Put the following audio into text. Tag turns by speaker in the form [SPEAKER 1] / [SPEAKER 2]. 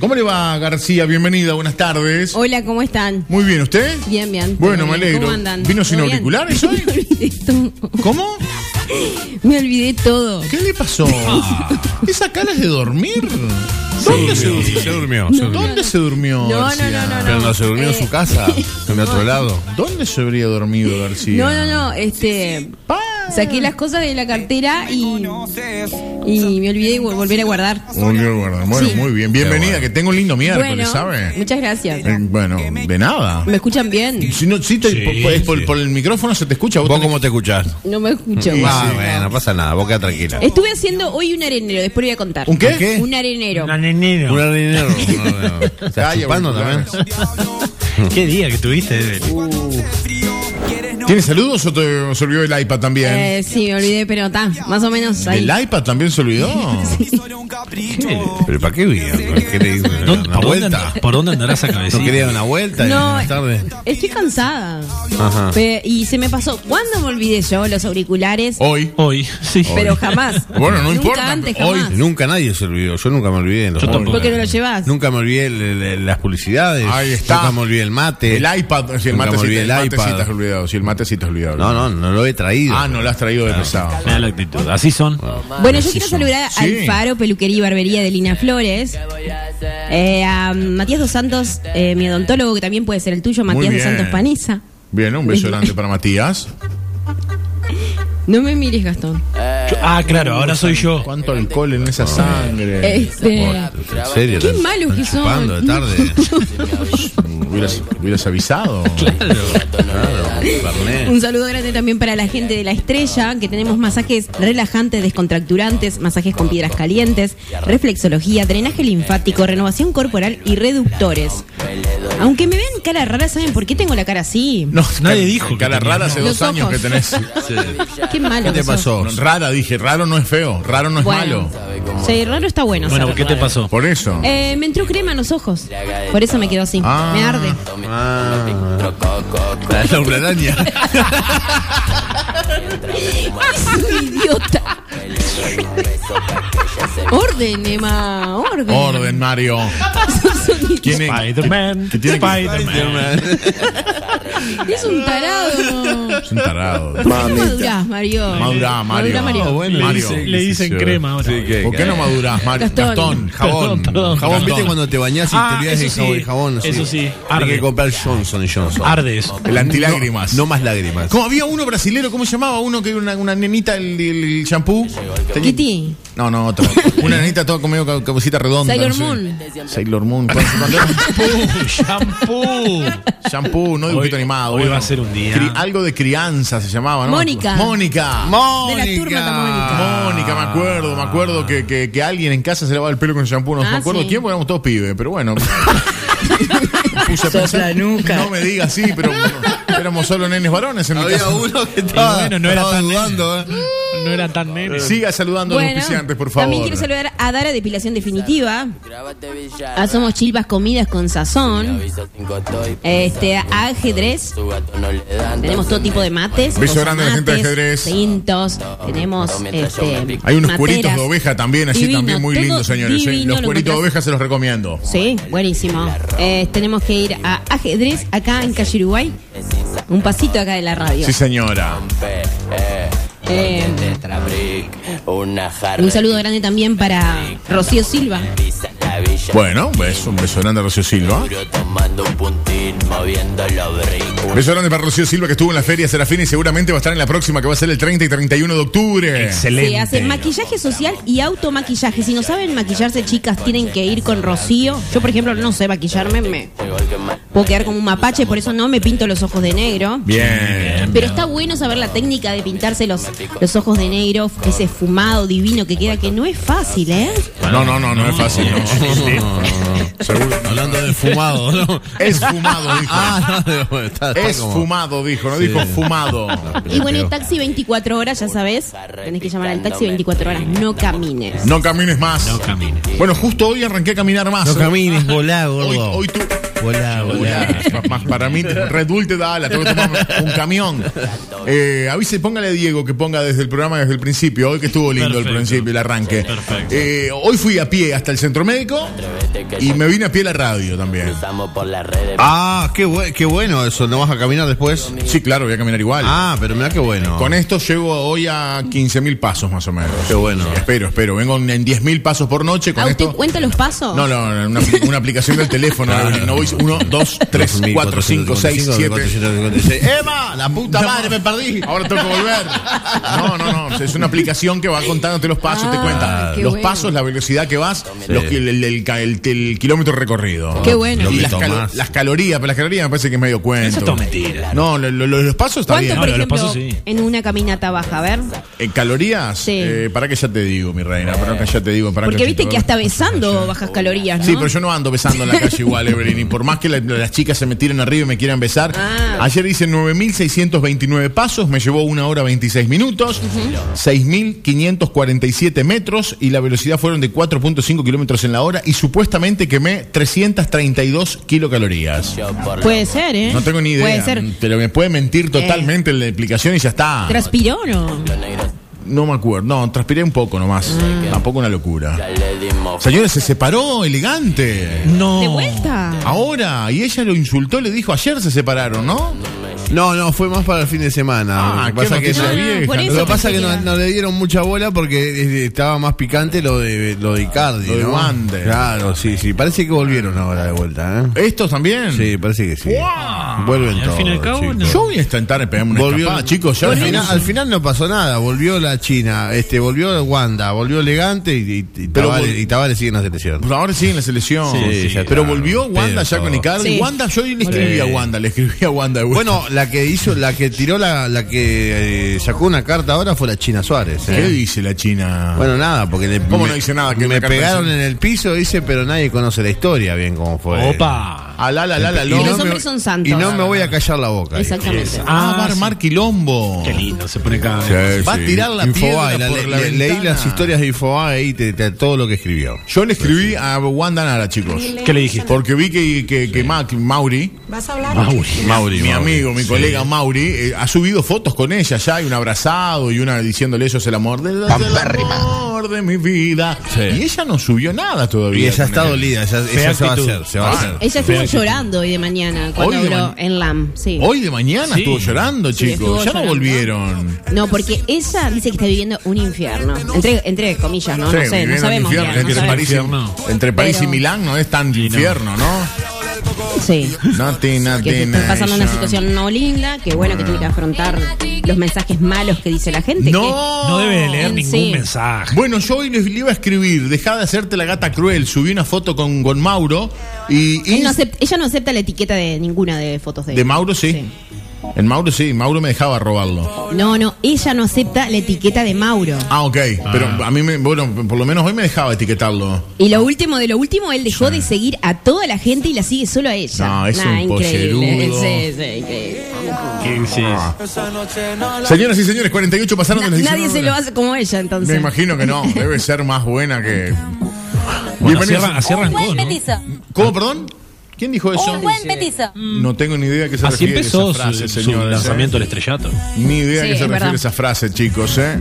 [SPEAKER 1] ¿Cómo le va, García? Bienvenida, buenas tardes.
[SPEAKER 2] Hola, ¿cómo están?
[SPEAKER 1] Muy bien, ¿usted?
[SPEAKER 2] Bien, bien.
[SPEAKER 1] Bueno,
[SPEAKER 2] Todo
[SPEAKER 1] me
[SPEAKER 2] bien.
[SPEAKER 1] alegro.
[SPEAKER 2] ¿Cómo andan?
[SPEAKER 1] ¿Vino
[SPEAKER 2] ¿Todo
[SPEAKER 1] sin
[SPEAKER 2] bien?
[SPEAKER 1] auriculares hoy?
[SPEAKER 2] Me olvidé todo.
[SPEAKER 1] ¿Cómo?
[SPEAKER 2] Me olvidé todo.
[SPEAKER 1] ¿Qué le pasó? Ah. ¿Esa cara es de dormir? ¿Dónde se
[SPEAKER 3] Sí,
[SPEAKER 1] durmió?
[SPEAKER 3] se durmió. se durmió.
[SPEAKER 1] ¿Dónde se durmió?
[SPEAKER 2] No, no,
[SPEAKER 1] García?
[SPEAKER 2] no,
[SPEAKER 3] Pero no se durmió en
[SPEAKER 2] Eh,
[SPEAKER 3] su casa, en otro lado.
[SPEAKER 1] ¿Dónde se habría dormido García?
[SPEAKER 2] No, no, no. Este.
[SPEAKER 1] Pa.
[SPEAKER 2] Saqué las cosas de la cartera y, y me olvidé de gu- volver a guardar.
[SPEAKER 1] Muy bien, bueno, bueno,
[SPEAKER 2] Sí.
[SPEAKER 1] muy bien. Bienvenida,
[SPEAKER 3] bueno.
[SPEAKER 1] que tengo un lindo miércoles,
[SPEAKER 2] Bueno,
[SPEAKER 1] ¿sabe?
[SPEAKER 2] muchas gracias.
[SPEAKER 1] Eh, bueno, de nada.
[SPEAKER 2] ¿Me escuchan bien?
[SPEAKER 1] Si no, si te-
[SPEAKER 3] Sí,
[SPEAKER 1] por, es por-
[SPEAKER 3] sí.
[SPEAKER 1] por el micrófono se te escucha. vos
[SPEAKER 3] ¿Vos
[SPEAKER 1] tenés-
[SPEAKER 3] cómo te escuchás?
[SPEAKER 2] No me escucho.
[SPEAKER 3] Ah, bueno, pasa nada, vos quedá tranquila.
[SPEAKER 2] Estuve haciendo hoy un arenero, después le voy a contar.
[SPEAKER 1] ¿Un qué?
[SPEAKER 2] Un arenero.
[SPEAKER 3] Un arenero. un arenero. ¿Estás
[SPEAKER 1] Ay,
[SPEAKER 3] chupando
[SPEAKER 1] auriculares.
[SPEAKER 3] también?
[SPEAKER 4] ¿Qué día que tuviste, Evelyn?
[SPEAKER 1] ¿Tiene saludos o te, se olvidó el iPad también?
[SPEAKER 2] Eh, sí, me olvidé, pero está, más o menos ahí.
[SPEAKER 1] ¿El iPad también se olvidó?
[SPEAKER 3] ¿Pero para qué vino? ¿Qué le digo?
[SPEAKER 4] ¿Dónde-
[SPEAKER 3] ¿Una
[SPEAKER 4] por, dónde
[SPEAKER 3] vuelta?
[SPEAKER 4] and- ¿Por dónde andarás a
[SPEAKER 3] ¿No
[SPEAKER 4] cabecita?
[SPEAKER 3] quería una vuelta?
[SPEAKER 2] No,
[SPEAKER 3] más tarde?
[SPEAKER 2] estoy cansada.
[SPEAKER 3] Ajá.
[SPEAKER 2] Pe- y se me pasó. ¿Cuándo me olvidé yo los auriculares?
[SPEAKER 1] Hoy.
[SPEAKER 4] Hoy, sí.
[SPEAKER 2] Pero jamás.
[SPEAKER 1] Bueno, no
[SPEAKER 2] Nunca
[SPEAKER 1] importa,
[SPEAKER 2] Antes,
[SPEAKER 1] pero hoy,
[SPEAKER 2] jamás.
[SPEAKER 3] Ah. Nunca nadie se olvidó. Yo nunca me olvidé. de Los
[SPEAKER 4] Yo
[SPEAKER 3] móviles.
[SPEAKER 4] tampoco.
[SPEAKER 2] ¿Por qué no lo llevas?
[SPEAKER 3] Nunca me olvidé el- el- las publicidades.
[SPEAKER 1] Ahí está.
[SPEAKER 3] Nunca me olvidé el mate.
[SPEAKER 1] El iPad, si el
[SPEAKER 3] Nunca me
[SPEAKER 1] mate sí
[SPEAKER 3] olvidé
[SPEAKER 1] te- el
[SPEAKER 3] el
[SPEAKER 1] mate sí
[SPEAKER 3] iPad.
[SPEAKER 1] te has olvidado. Si el mate sí te has olvidado.
[SPEAKER 3] No, no, no lo he traído.
[SPEAKER 1] Ah, no lo has traído de pesado.
[SPEAKER 4] Me da la actitud. Así son.
[SPEAKER 2] Bueno, yo quiero saludar
[SPEAKER 1] Sí.
[SPEAKER 2] al Faro Peluquería y Barbería de Lina Flores. eh, a Matías Dos Santos, eh, mi odontólogo, que también puede ser el tuyo,
[SPEAKER 1] Muy
[SPEAKER 2] Matías Dos
[SPEAKER 1] bien.
[SPEAKER 2] Santos Paniza.
[SPEAKER 1] Bien, un beso grande para Matías.
[SPEAKER 2] No me mires, Gastón.
[SPEAKER 4] Yo- ah, claro, ahora soy yo.
[SPEAKER 1] ¿Cuánto alcohol en esa
[SPEAKER 3] Eh.
[SPEAKER 1] sangre?
[SPEAKER 2] Este,
[SPEAKER 3] ¿En serio?
[SPEAKER 2] Qué
[SPEAKER 3] ¿Están-
[SPEAKER 2] malos
[SPEAKER 3] están
[SPEAKER 2] que son.
[SPEAKER 3] chupando de tarde.
[SPEAKER 1] ¿Hubieras, hubieras avisado?
[SPEAKER 2] Un saludo grande también para la gente de la estrella, que tenemos masajes relajantes, descontracturantes, masajes con piedras calientes, reflexología, drenaje linfático, renovación corporal y reductores. Aunque me ven cara rara, ¿saben por qué tengo la cara así?
[SPEAKER 1] No,
[SPEAKER 4] Nadie
[SPEAKER 1] ca-
[SPEAKER 4] dijo que
[SPEAKER 1] Cara
[SPEAKER 4] tenía,
[SPEAKER 1] rara hace
[SPEAKER 2] no.
[SPEAKER 1] dos
[SPEAKER 2] Los
[SPEAKER 1] años
[SPEAKER 2] ojos.
[SPEAKER 1] que tenés.
[SPEAKER 2] Qué malo.
[SPEAKER 3] ¿Qué te
[SPEAKER 2] que sos.
[SPEAKER 3] pasó?
[SPEAKER 1] No, Rara, dije. Raro no es feo. Raro no es
[SPEAKER 2] Bueno,
[SPEAKER 1] malo.
[SPEAKER 2] sí, raro está bueno.
[SPEAKER 4] Bueno,
[SPEAKER 2] ser
[SPEAKER 4] ¿qué te
[SPEAKER 2] raro.
[SPEAKER 4] pasó?
[SPEAKER 1] Por eso.
[SPEAKER 2] Eh, me entró crema en los ojos. Por eso me quedó así.
[SPEAKER 1] Ah.
[SPEAKER 2] Me arde.
[SPEAKER 3] Ah, la Laura Araña.
[SPEAKER 2] Es un idiota. orden, Emma. Orden.
[SPEAKER 1] Orden, Mario.
[SPEAKER 2] Sos un idiota.
[SPEAKER 1] ¿Quién es?
[SPEAKER 4] Spider-Man.
[SPEAKER 1] que tiene que-
[SPEAKER 4] Spider-Man.
[SPEAKER 2] Es un tarado.
[SPEAKER 1] Es un tarado.
[SPEAKER 2] ¿Por qué no madurás, Mario?
[SPEAKER 1] Madurá, Mario.
[SPEAKER 2] Madurá, Mario.
[SPEAKER 1] Ah,
[SPEAKER 4] bueno, le
[SPEAKER 1] Mario.
[SPEAKER 4] dicen- le dicen crema ahora.
[SPEAKER 3] Sí, que-
[SPEAKER 1] ¿Por qué no madurás, Mario?
[SPEAKER 2] Gastón.
[SPEAKER 1] Gastón, jabón.
[SPEAKER 4] Perdón, perdón.
[SPEAKER 1] jabón,
[SPEAKER 3] Jabón,
[SPEAKER 1] viste
[SPEAKER 3] viste
[SPEAKER 1] cuando
[SPEAKER 3] cuando te bañás y
[SPEAKER 4] Ah,
[SPEAKER 3] te olvidas del
[SPEAKER 4] eso
[SPEAKER 3] jabón,
[SPEAKER 4] sí,
[SPEAKER 3] el jabón.
[SPEAKER 4] eso sí,
[SPEAKER 3] Hay
[SPEAKER 4] arde.
[SPEAKER 3] que comprar Johnson Johnson.
[SPEAKER 4] Arde eso.
[SPEAKER 1] el antilágrimas.
[SPEAKER 3] No más lágrimas.
[SPEAKER 1] Como había uno brasilero, ¿cómo se llamaba? Uno que era una, una nenita, el, el- el shampoo. Tenía-
[SPEAKER 2] Kitty.
[SPEAKER 1] No, no, otra. Una nenita toda conmigo, ca- cabecita redonda.
[SPEAKER 2] Sailor
[SPEAKER 1] no sé.
[SPEAKER 2] Moon.
[SPEAKER 1] Sailor Moon. Cuando- cuando era
[SPEAKER 4] Shampoo, shampoo.
[SPEAKER 1] shampoo, no dibujito
[SPEAKER 4] Hoy-
[SPEAKER 1] animado.
[SPEAKER 4] hoy va a ser un día.
[SPEAKER 1] Cri- algo de crianza se llamaba, ¿no?
[SPEAKER 2] Mónica.
[SPEAKER 1] Mónica.
[SPEAKER 2] De la turma está Mónica.
[SPEAKER 1] Mónica, me acuerdo, me acuerdo que, que- que alguien en casa se lavaba el pelo con shampoo. No
[SPEAKER 2] Ah,
[SPEAKER 1] me acuerdo
[SPEAKER 2] sí.
[SPEAKER 1] quién, porque éramos todos pibes, pero bueno. Puse a pensar, No me digas sí, pero bueno, éramos solo nenes varones en mi
[SPEAKER 3] Había
[SPEAKER 1] casa.
[SPEAKER 3] uno que estaba,
[SPEAKER 4] bueno, no era
[SPEAKER 3] estaba
[SPEAKER 4] tan
[SPEAKER 3] dudando, ¿eh?
[SPEAKER 4] No era tan nene.
[SPEAKER 1] Siga saludando a los auspiciantes, por favor.
[SPEAKER 2] También quiero saludar a Dara Depilación Definitiva. A Somos Chilvas Comidas con Sazón. Este, a Ajedrez. Tenemos todo tipo de mates.
[SPEAKER 1] Beso
[SPEAKER 2] rosamates,
[SPEAKER 1] grande a la gente de Ajedrez.
[SPEAKER 2] Tintos. Tenemos. Este,
[SPEAKER 1] Hay unos cueritos
[SPEAKER 2] materas.
[SPEAKER 1] de oveja también, allí
[SPEAKER 2] Divino,
[SPEAKER 1] también muy
[SPEAKER 2] todo
[SPEAKER 1] lindos, señores. ¿eh?
[SPEAKER 2] divino,
[SPEAKER 1] Los
[SPEAKER 2] lo
[SPEAKER 1] cueritos de
[SPEAKER 2] encontrás-
[SPEAKER 1] oveja se los recomiendo.
[SPEAKER 2] Sí, buenísimo. Eh, tenemos que ir a ajedrez acá en Calle Uruguay. Un pasito acá de la radio.
[SPEAKER 1] Sí, señora.
[SPEAKER 2] Eh, un saludo grande también para Rocío Silva.
[SPEAKER 1] Bueno, un beso, un beso grande a Rocío Silva. Beso grande para Rocío Silva que estuvo en la feria Serafín y seguramente va a estar en la próxima que va a ser el 30 y 31 de octubre.
[SPEAKER 2] Se hace maquillaje social y automaquillaje. Si no saben maquillarse, chicas, tienen que ir con Rocío. Yo, por ejemplo, no sé maquillarme. Me puedo quedar como un mapache, por eso no me pinto los ojos de negro.
[SPEAKER 1] Bien.
[SPEAKER 2] Pero está bueno saber la técnica de pintarse los, los ojos de negro, ese fumado divino que queda, que no es fácil, ¿eh?
[SPEAKER 1] No, no, no, no es fácil. no. Seguro.
[SPEAKER 3] Hablando de fumado, ¿no?
[SPEAKER 1] Es fumado, dijo.
[SPEAKER 3] Ah, no, no, está, está
[SPEAKER 1] Es
[SPEAKER 3] como-
[SPEAKER 1] fumado, dijo, no dijo fumado.
[SPEAKER 2] Y bueno, el taxi 24 horas, ya sabes, tenés que llamar al taxi 24 horas, no camines.
[SPEAKER 1] No camines más.
[SPEAKER 4] No camine.
[SPEAKER 1] Bueno, justo hoy arranqué a caminar más.
[SPEAKER 3] No
[SPEAKER 1] ¿eh?
[SPEAKER 3] camines, volá, gordo.
[SPEAKER 1] Hoy, hoy tu-
[SPEAKER 3] Hola, hola.
[SPEAKER 1] Pa- Pues Más para mí, Red Bull te da ala, tengo que tomar un camión. Eh, avise, póngale a Diego que ponga desde el programa desde el principio. Hoy que estuvo lindo el
[SPEAKER 4] Perfecto.
[SPEAKER 1] principio, el arranque.
[SPEAKER 4] Perfecto.
[SPEAKER 1] Eh, hoy fui a pie hasta el centro médico y me vine a pie a la radio también.
[SPEAKER 5] Estamos por las redes.
[SPEAKER 3] Ah, qué, bue- qué bueno eso. ¿No vas a caminar después?
[SPEAKER 1] Sí, claro, voy a caminar igual.
[SPEAKER 3] Ah, pero mira qué bueno.
[SPEAKER 1] Con esto llego hoy a 15.000 pasos más o menos.
[SPEAKER 3] Qué bueno.
[SPEAKER 1] Espero, espero. Vengo en en 10.000 pasos por noche. Con
[SPEAKER 2] Ah, ¿usted
[SPEAKER 1] esto...
[SPEAKER 2] cuenta los pasos?
[SPEAKER 1] No, no, no, una, apli- una aplicación del teléfono. No voy 1, 2, 3, 4, 5, 6, 7.
[SPEAKER 3] 7. ¡Emma! ¡La puta madre! ¡Me perdí!
[SPEAKER 1] Ahora tengo que volver. No, no, no. Es una aplicación que va contándote los pasos, te
[SPEAKER 2] Ah,
[SPEAKER 1] cuenta
[SPEAKER 2] qué
[SPEAKER 1] los
[SPEAKER 2] bueno.
[SPEAKER 1] pasos, la velocidad que vas, los, ki- el, el- el- el kilómetro recorrido.
[SPEAKER 2] Qué bueno.
[SPEAKER 1] Y
[SPEAKER 3] Lo
[SPEAKER 1] las,
[SPEAKER 3] que
[SPEAKER 1] calo-
[SPEAKER 3] tomás.
[SPEAKER 1] las calorías, pero las calorías me parece que es medio cuento.
[SPEAKER 4] Eso es todo mentira.
[SPEAKER 1] No, lo- lo- lo- los pasos está
[SPEAKER 2] ¿Cuánto,
[SPEAKER 1] bien.
[SPEAKER 2] por
[SPEAKER 4] No, los
[SPEAKER 2] ejemplo,
[SPEAKER 4] pasos sí.
[SPEAKER 2] en una caminata baja? A ver.
[SPEAKER 1] ¿En calorías? eh,
[SPEAKER 2] Sí.
[SPEAKER 1] para que ya te digo, mi reina. Para que ya te digo. pará
[SPEAKER 2] Porque
[SPEAKER 1] yo
[SPEAKER 2] viste
[SPEAKER 1] te-
[SPEAKER 2] que hasta besando bajas calorías, ¿no?
[SPEAKER 1] Sí, pero yo no ando besando en la calle igual, Evelyn. Y por más que la- las chicas se me tiren arriba y me quieran besar.
[SPEAKER 2] Ah.
[SPEAKER 1] Ayer hice 9.629 pasos, me llevó una hora 26 minutos, 6.547 metros y la velocidad fueron de 4.5 kilómetros en la hora y supuestamente quemé 332 kilocalorías.
[SPEAKER 2] Puede ser, ¿eh?
[SPEAKER 1] No tengo ni idea. Ah,
[SPEAKER 2] Puede ser. Eh.
[SPEAKER 1] Pero me puede mentir totalmente en la explicación y ya está.
[SPEAKER 2] ¿Transpiró o no?
[SPEAKER 1] No me acuerdo. No, transpiré un poco nomás. Tampoco una locura. Señores, se separó elegante.
[SPEAKER 4] No.
[SPEAKER 2] ¿De vuelta?
[SPEAKER 1] Oh. Ahora, y ella lo insultó, le dijo, ayer se separaron, ¿no?
[SPEAKER 3] No, no, fue más para el fin de semana.
[SPEAKER 1] Ah,
[SPEAKER 3] lo que pasa
[SPEAKER 1] qué
[SPEAKER 3] que
[SPEAKER 1] noticia
[SPEAKER 3] ella-
[SPEAKER 2] No, no,
[SPEAKER 1] vieja.
[SPEAKER 2] por
[SPEAKER 3] Lo
[SPEAKER 2] Eso
[SPEAKER 3] que pasa es
[SPEAKER 2] pensé
[SPEAKER 3] que no,
[SPEAKER 2] que era.
[SPEAKER 3] no le dieron mucha bola porque eh, estaba más picante lo de lo de Icardi,
[SPEAKER 1] Lo de
[SPEAKER 3] ¿no?
[SPEAKER 1] Wander.
[SPEAKER 3] Claro, sí, sí. Parece que volvieron ahora de vuelta, ¿eh?
[SPEAKER 1] ¿Estos también?
[SPEAKER 3] Sí, parece que sí.
[SPEAKER 1] ¡Guau!
[SPEAKER 3] Vuelven
[SPEAKER 4] Al
[SPEAKER 3] todos.
[SPEAKER 4] fin y al cabo,
[SPEAKER 3] chicos.
[SPEAKER 4] no.
[SPEAKER 1] Yo voy a intentar y pegarme una
[SPEAKER 3] Volvió,
[SPEAKER 1] escapada, chicos. Ya
[SPEAKER 3] al,
[SPEAKER 1] veremos.
[SPEAKER 3] final, al final no pasó nada. Volvió la China, este, volvió Wanda, volvió elegante y, y, y
[SPEAKER 1] Pero
[SPEAKER 3] Tabárez-
[SPEAKER 1] vol-
[SPEAKER 3] y Tabárez sigue en la selección.
[SPEAKER 1] Pero ahora sí en la selección.
[SPEAKER 3] Sí, ya está.
[SPEAKER 1] Pero volvió Wanda
[SPEAKER 3] Pero
[SPEAKER 1] ya con
[SPEAKER 3] todo.
[SPEAKER 1] Icardi.
[SPEAKER 2] Sí.
[SPEAKER 1] Wanda, yo le escribí a Wanda, le escribí a Wanda de vuelta.
[SPEAKER 3] Bueno, la que hizo, la que tiró la, la que eh, sacó una carta ahora fue la China Suárez. ¿eh?
[SPEAKER 1] ¿qué dice la China?
[SPEAKER 3] Bueno, nada, porque le,
[SPEAKER 1] Ah. ¿Cómo
[SPEAKER 3] me-
[SPEAKER 1] no dice nada? Que
[SPEAKER 3] me
[SPEAKER 1] la carta
[SPEAKER 3] pegaron
[SPEAKER 1] dice-
[SPEAKER 3] en el piso, dice, pero nadie conoce la historia bien cómo fue. Ah,
[SPEAKER 4] Opa.
[SPEAKER 1] a la, la, la, la,
[SPEAKER 3] Y
[SPEAKER 1] la.
[SPEAKER 2] Los
[SPEAKER 3] no
[SPEAKER 2] hombres
[SPEAKER 3] me-
[SPEAKER 2] son santos.
[SPEAKER 3] Y no me voy a callar la boca.
[SPEAKER 2] Exactamente.
[SPEAKER 1] Ah, va a armar quilombo.
[SPEAKER 4] Qué lindo, se pone cada vez.
[SPEAKER 1] Sí,
[SPEAKER 3] Va
[SPEAKER 1] sí.
[SPEAKER 3] a tirar la
[SPEAKER 1] Infobae,
[SPEAKER 3] piedra
[SPEAKER 1] la-
[SPEAKER 3] por
[SPEAKER 1] le- le-
[SPEAKER 3] leí las historias de Infobae y te- te- todo lo que escribió.
[SPEAKER 1] Yo le escribí a Wanda Nara, chicos.
[SPEAKER 4] ¿Qué le dijiste?
[SPEAKER 1] Porque vi que, que, que Ma- que Mauri,
[SPEAKER 6] ¿Vas a hablar?
[SPEAKER 1] Mauri, mi
[SPEAKER 3] Mauri,
[SPEAKER 1] amigo, mi
[SPEAKER 3] sí.
[SPEAKER 1] colega Mauri, eh, ha subido fotos con ella ya, y un abrazado y una diciéndole eso es el amor de, el amor de mi vida.
[SPEAKER 3] Sí.
[SPEAKER 1] Y ella no subió nada todavía.
[SPEAKER 3] Y ella
[SPEAKER 1] con
[SPEAKER 3] está
[SPEAKER 1] él.
[SPEAKER 3] dolida, ella,
[SPEAKER 4] Fea
[SPEAKER 3] ella se va a
[SPEAKER 4] actitud.
[SPEAKER 3] hacer, se va a
[SPEAKER 1] Ah.
[SPEAKER 3] hacer.
[SPEAKER 2] Ella estuvo llorando hoy de mañana cuando
[SPEAKER 1] Hoy de
[SPEAKER 2] habló
[SPEAKER 1] ma-
[SPEAKER 2] en LAM. Sí.
[SPEAKER 1] Hoy de mañana
[SPEAKER 4] Sí.
[SPEAKER 1] estuvo llorando,
[SPEAKER 2] Sí,
[SPEAKER 1] chicos.
[SPEAKER 2] estuvo
[SPEAKER 1] ya
[SPEAKER 2] llorando.
[SPEAKER 1] no volvieron.
[SPEAKER 2] No, porque ella dice que está viviendo un infierno. Entre, entre comillas, ¿no?
[SPEAKER 1] Sí,
[SPEAKER 2] no sé,
[SPEAKER 1] viviendo
[SPEAKER 2] no
[SPEAKER 1] en
[SPEAKER 2] sabemos.
[SPEAKER 1] infierno,
[SPEAKER 2] bien, no
[SPEAKER 1] entre,
[SPEAKER 2] sabemos.
[SPEAKER 1] París, y-
[SPEAKER 4] Infierno.
[SPEAKER 1] entre París y
[SPEAKER 2] Pero-
[SPEAKER 1] Milán no es tan infierno, ¿no?
[SPEAKER 2] Sí.
[SPEAKER 1] No tiene, no
[SPEAKER 2] Que
[SPEAKER 1] tiene
[SPEAKER 2] está pasando una
[SPEAKER 1] ella.
[SPEAKER 2] situación no linda, que bueno que tiene que afrontar los mensajes malos que dice la gente. que-
[SPEAKER 1] No,
[SPEAKER 4] No debe de leer
[SPEAKER 2] En
[SPEAKER 4] ningún
[SPEAKER 2] sí.
[SPEAKER 4] mensaje.
[SPEAKER 1] Bueno, yo hoy les le iba a escribir, dejá de hacerte la gata cruel, subí una foto con, con Mauro y
[SPEAKER 2] él no
[SPEAKER 1] Inst-
[SPEAKER 2] acepta- ella no acepta la etiqueta de ninguna de fotos de
[SPEAKER 1] de Mauro sí.
[SPEAKER 2] Sí.
[SPEAKER 1] En Mauro sí, Mauro me dejaba robarlo.
[SPEAKER 2] No, no, ella no acepta la etiqueta de Mauro.
[SPEAKER 1] Ah, ok, pero a mí me, bueno, por lo menos hoy me dejaba etiquetarlo.
[SPEAKER 2] Y lo último de lo último, él dejó de seguir a toda la gente y la sigue solo a ella.
[SPEAKER 1] No, es un
[SPEAKER 2] increíble.
[SPEAKER 1] pollerudo.
[SPEAKER 2] Sí, sí, increíble.
[SPEAKER 1] Señoras y señores, 48 pasaron de
[SPEAKER 2] Na-
[SPEAKER 1] las 19
[SPEAKER 2] nadie se lo
[SPEAKER 1] horas.
[SPEAKER 2] hace como ella, entonces.
[SPEAKER 1] Me imagino que no, debe ser más buena que
[SPEAKER 4] Bueno, así,
[SPEAKER 1] Bienvenidos.
[SPEAKER 4] arran- así arrancó,
[SPEAKER 7] buen
[SPEAKER 4] ¿no?
[SPEAKER 7] petizo.
[SPEAKER 1] ¿Cómo, perdón? ¿Quién dijo eso?
[SPEAKER 7] Un buen petizo.
[SPEAKER 1] No tengo ni idea que se
[SPEAKER 4] Mm. Así
[SPEAKER 1] refiere
[SPEAKER 4] empezó
[SPEAKER 1] esa frase,
[SPEAKER 4] su, su
[SPEAKER 1] señores, ¿eh?
[SPEAKER 4] lanzamiento del estrellato.
[SPEAKER 1] Ni idea
[SPEAKER 2] Sí,
[SPEAKER 1] que se
[SPEAKER 2] es
[SPEAKER 1] refiere
[SPEAKER 2] verdad.
[SPEAKER 1] esa frase, chicos, ¿eh?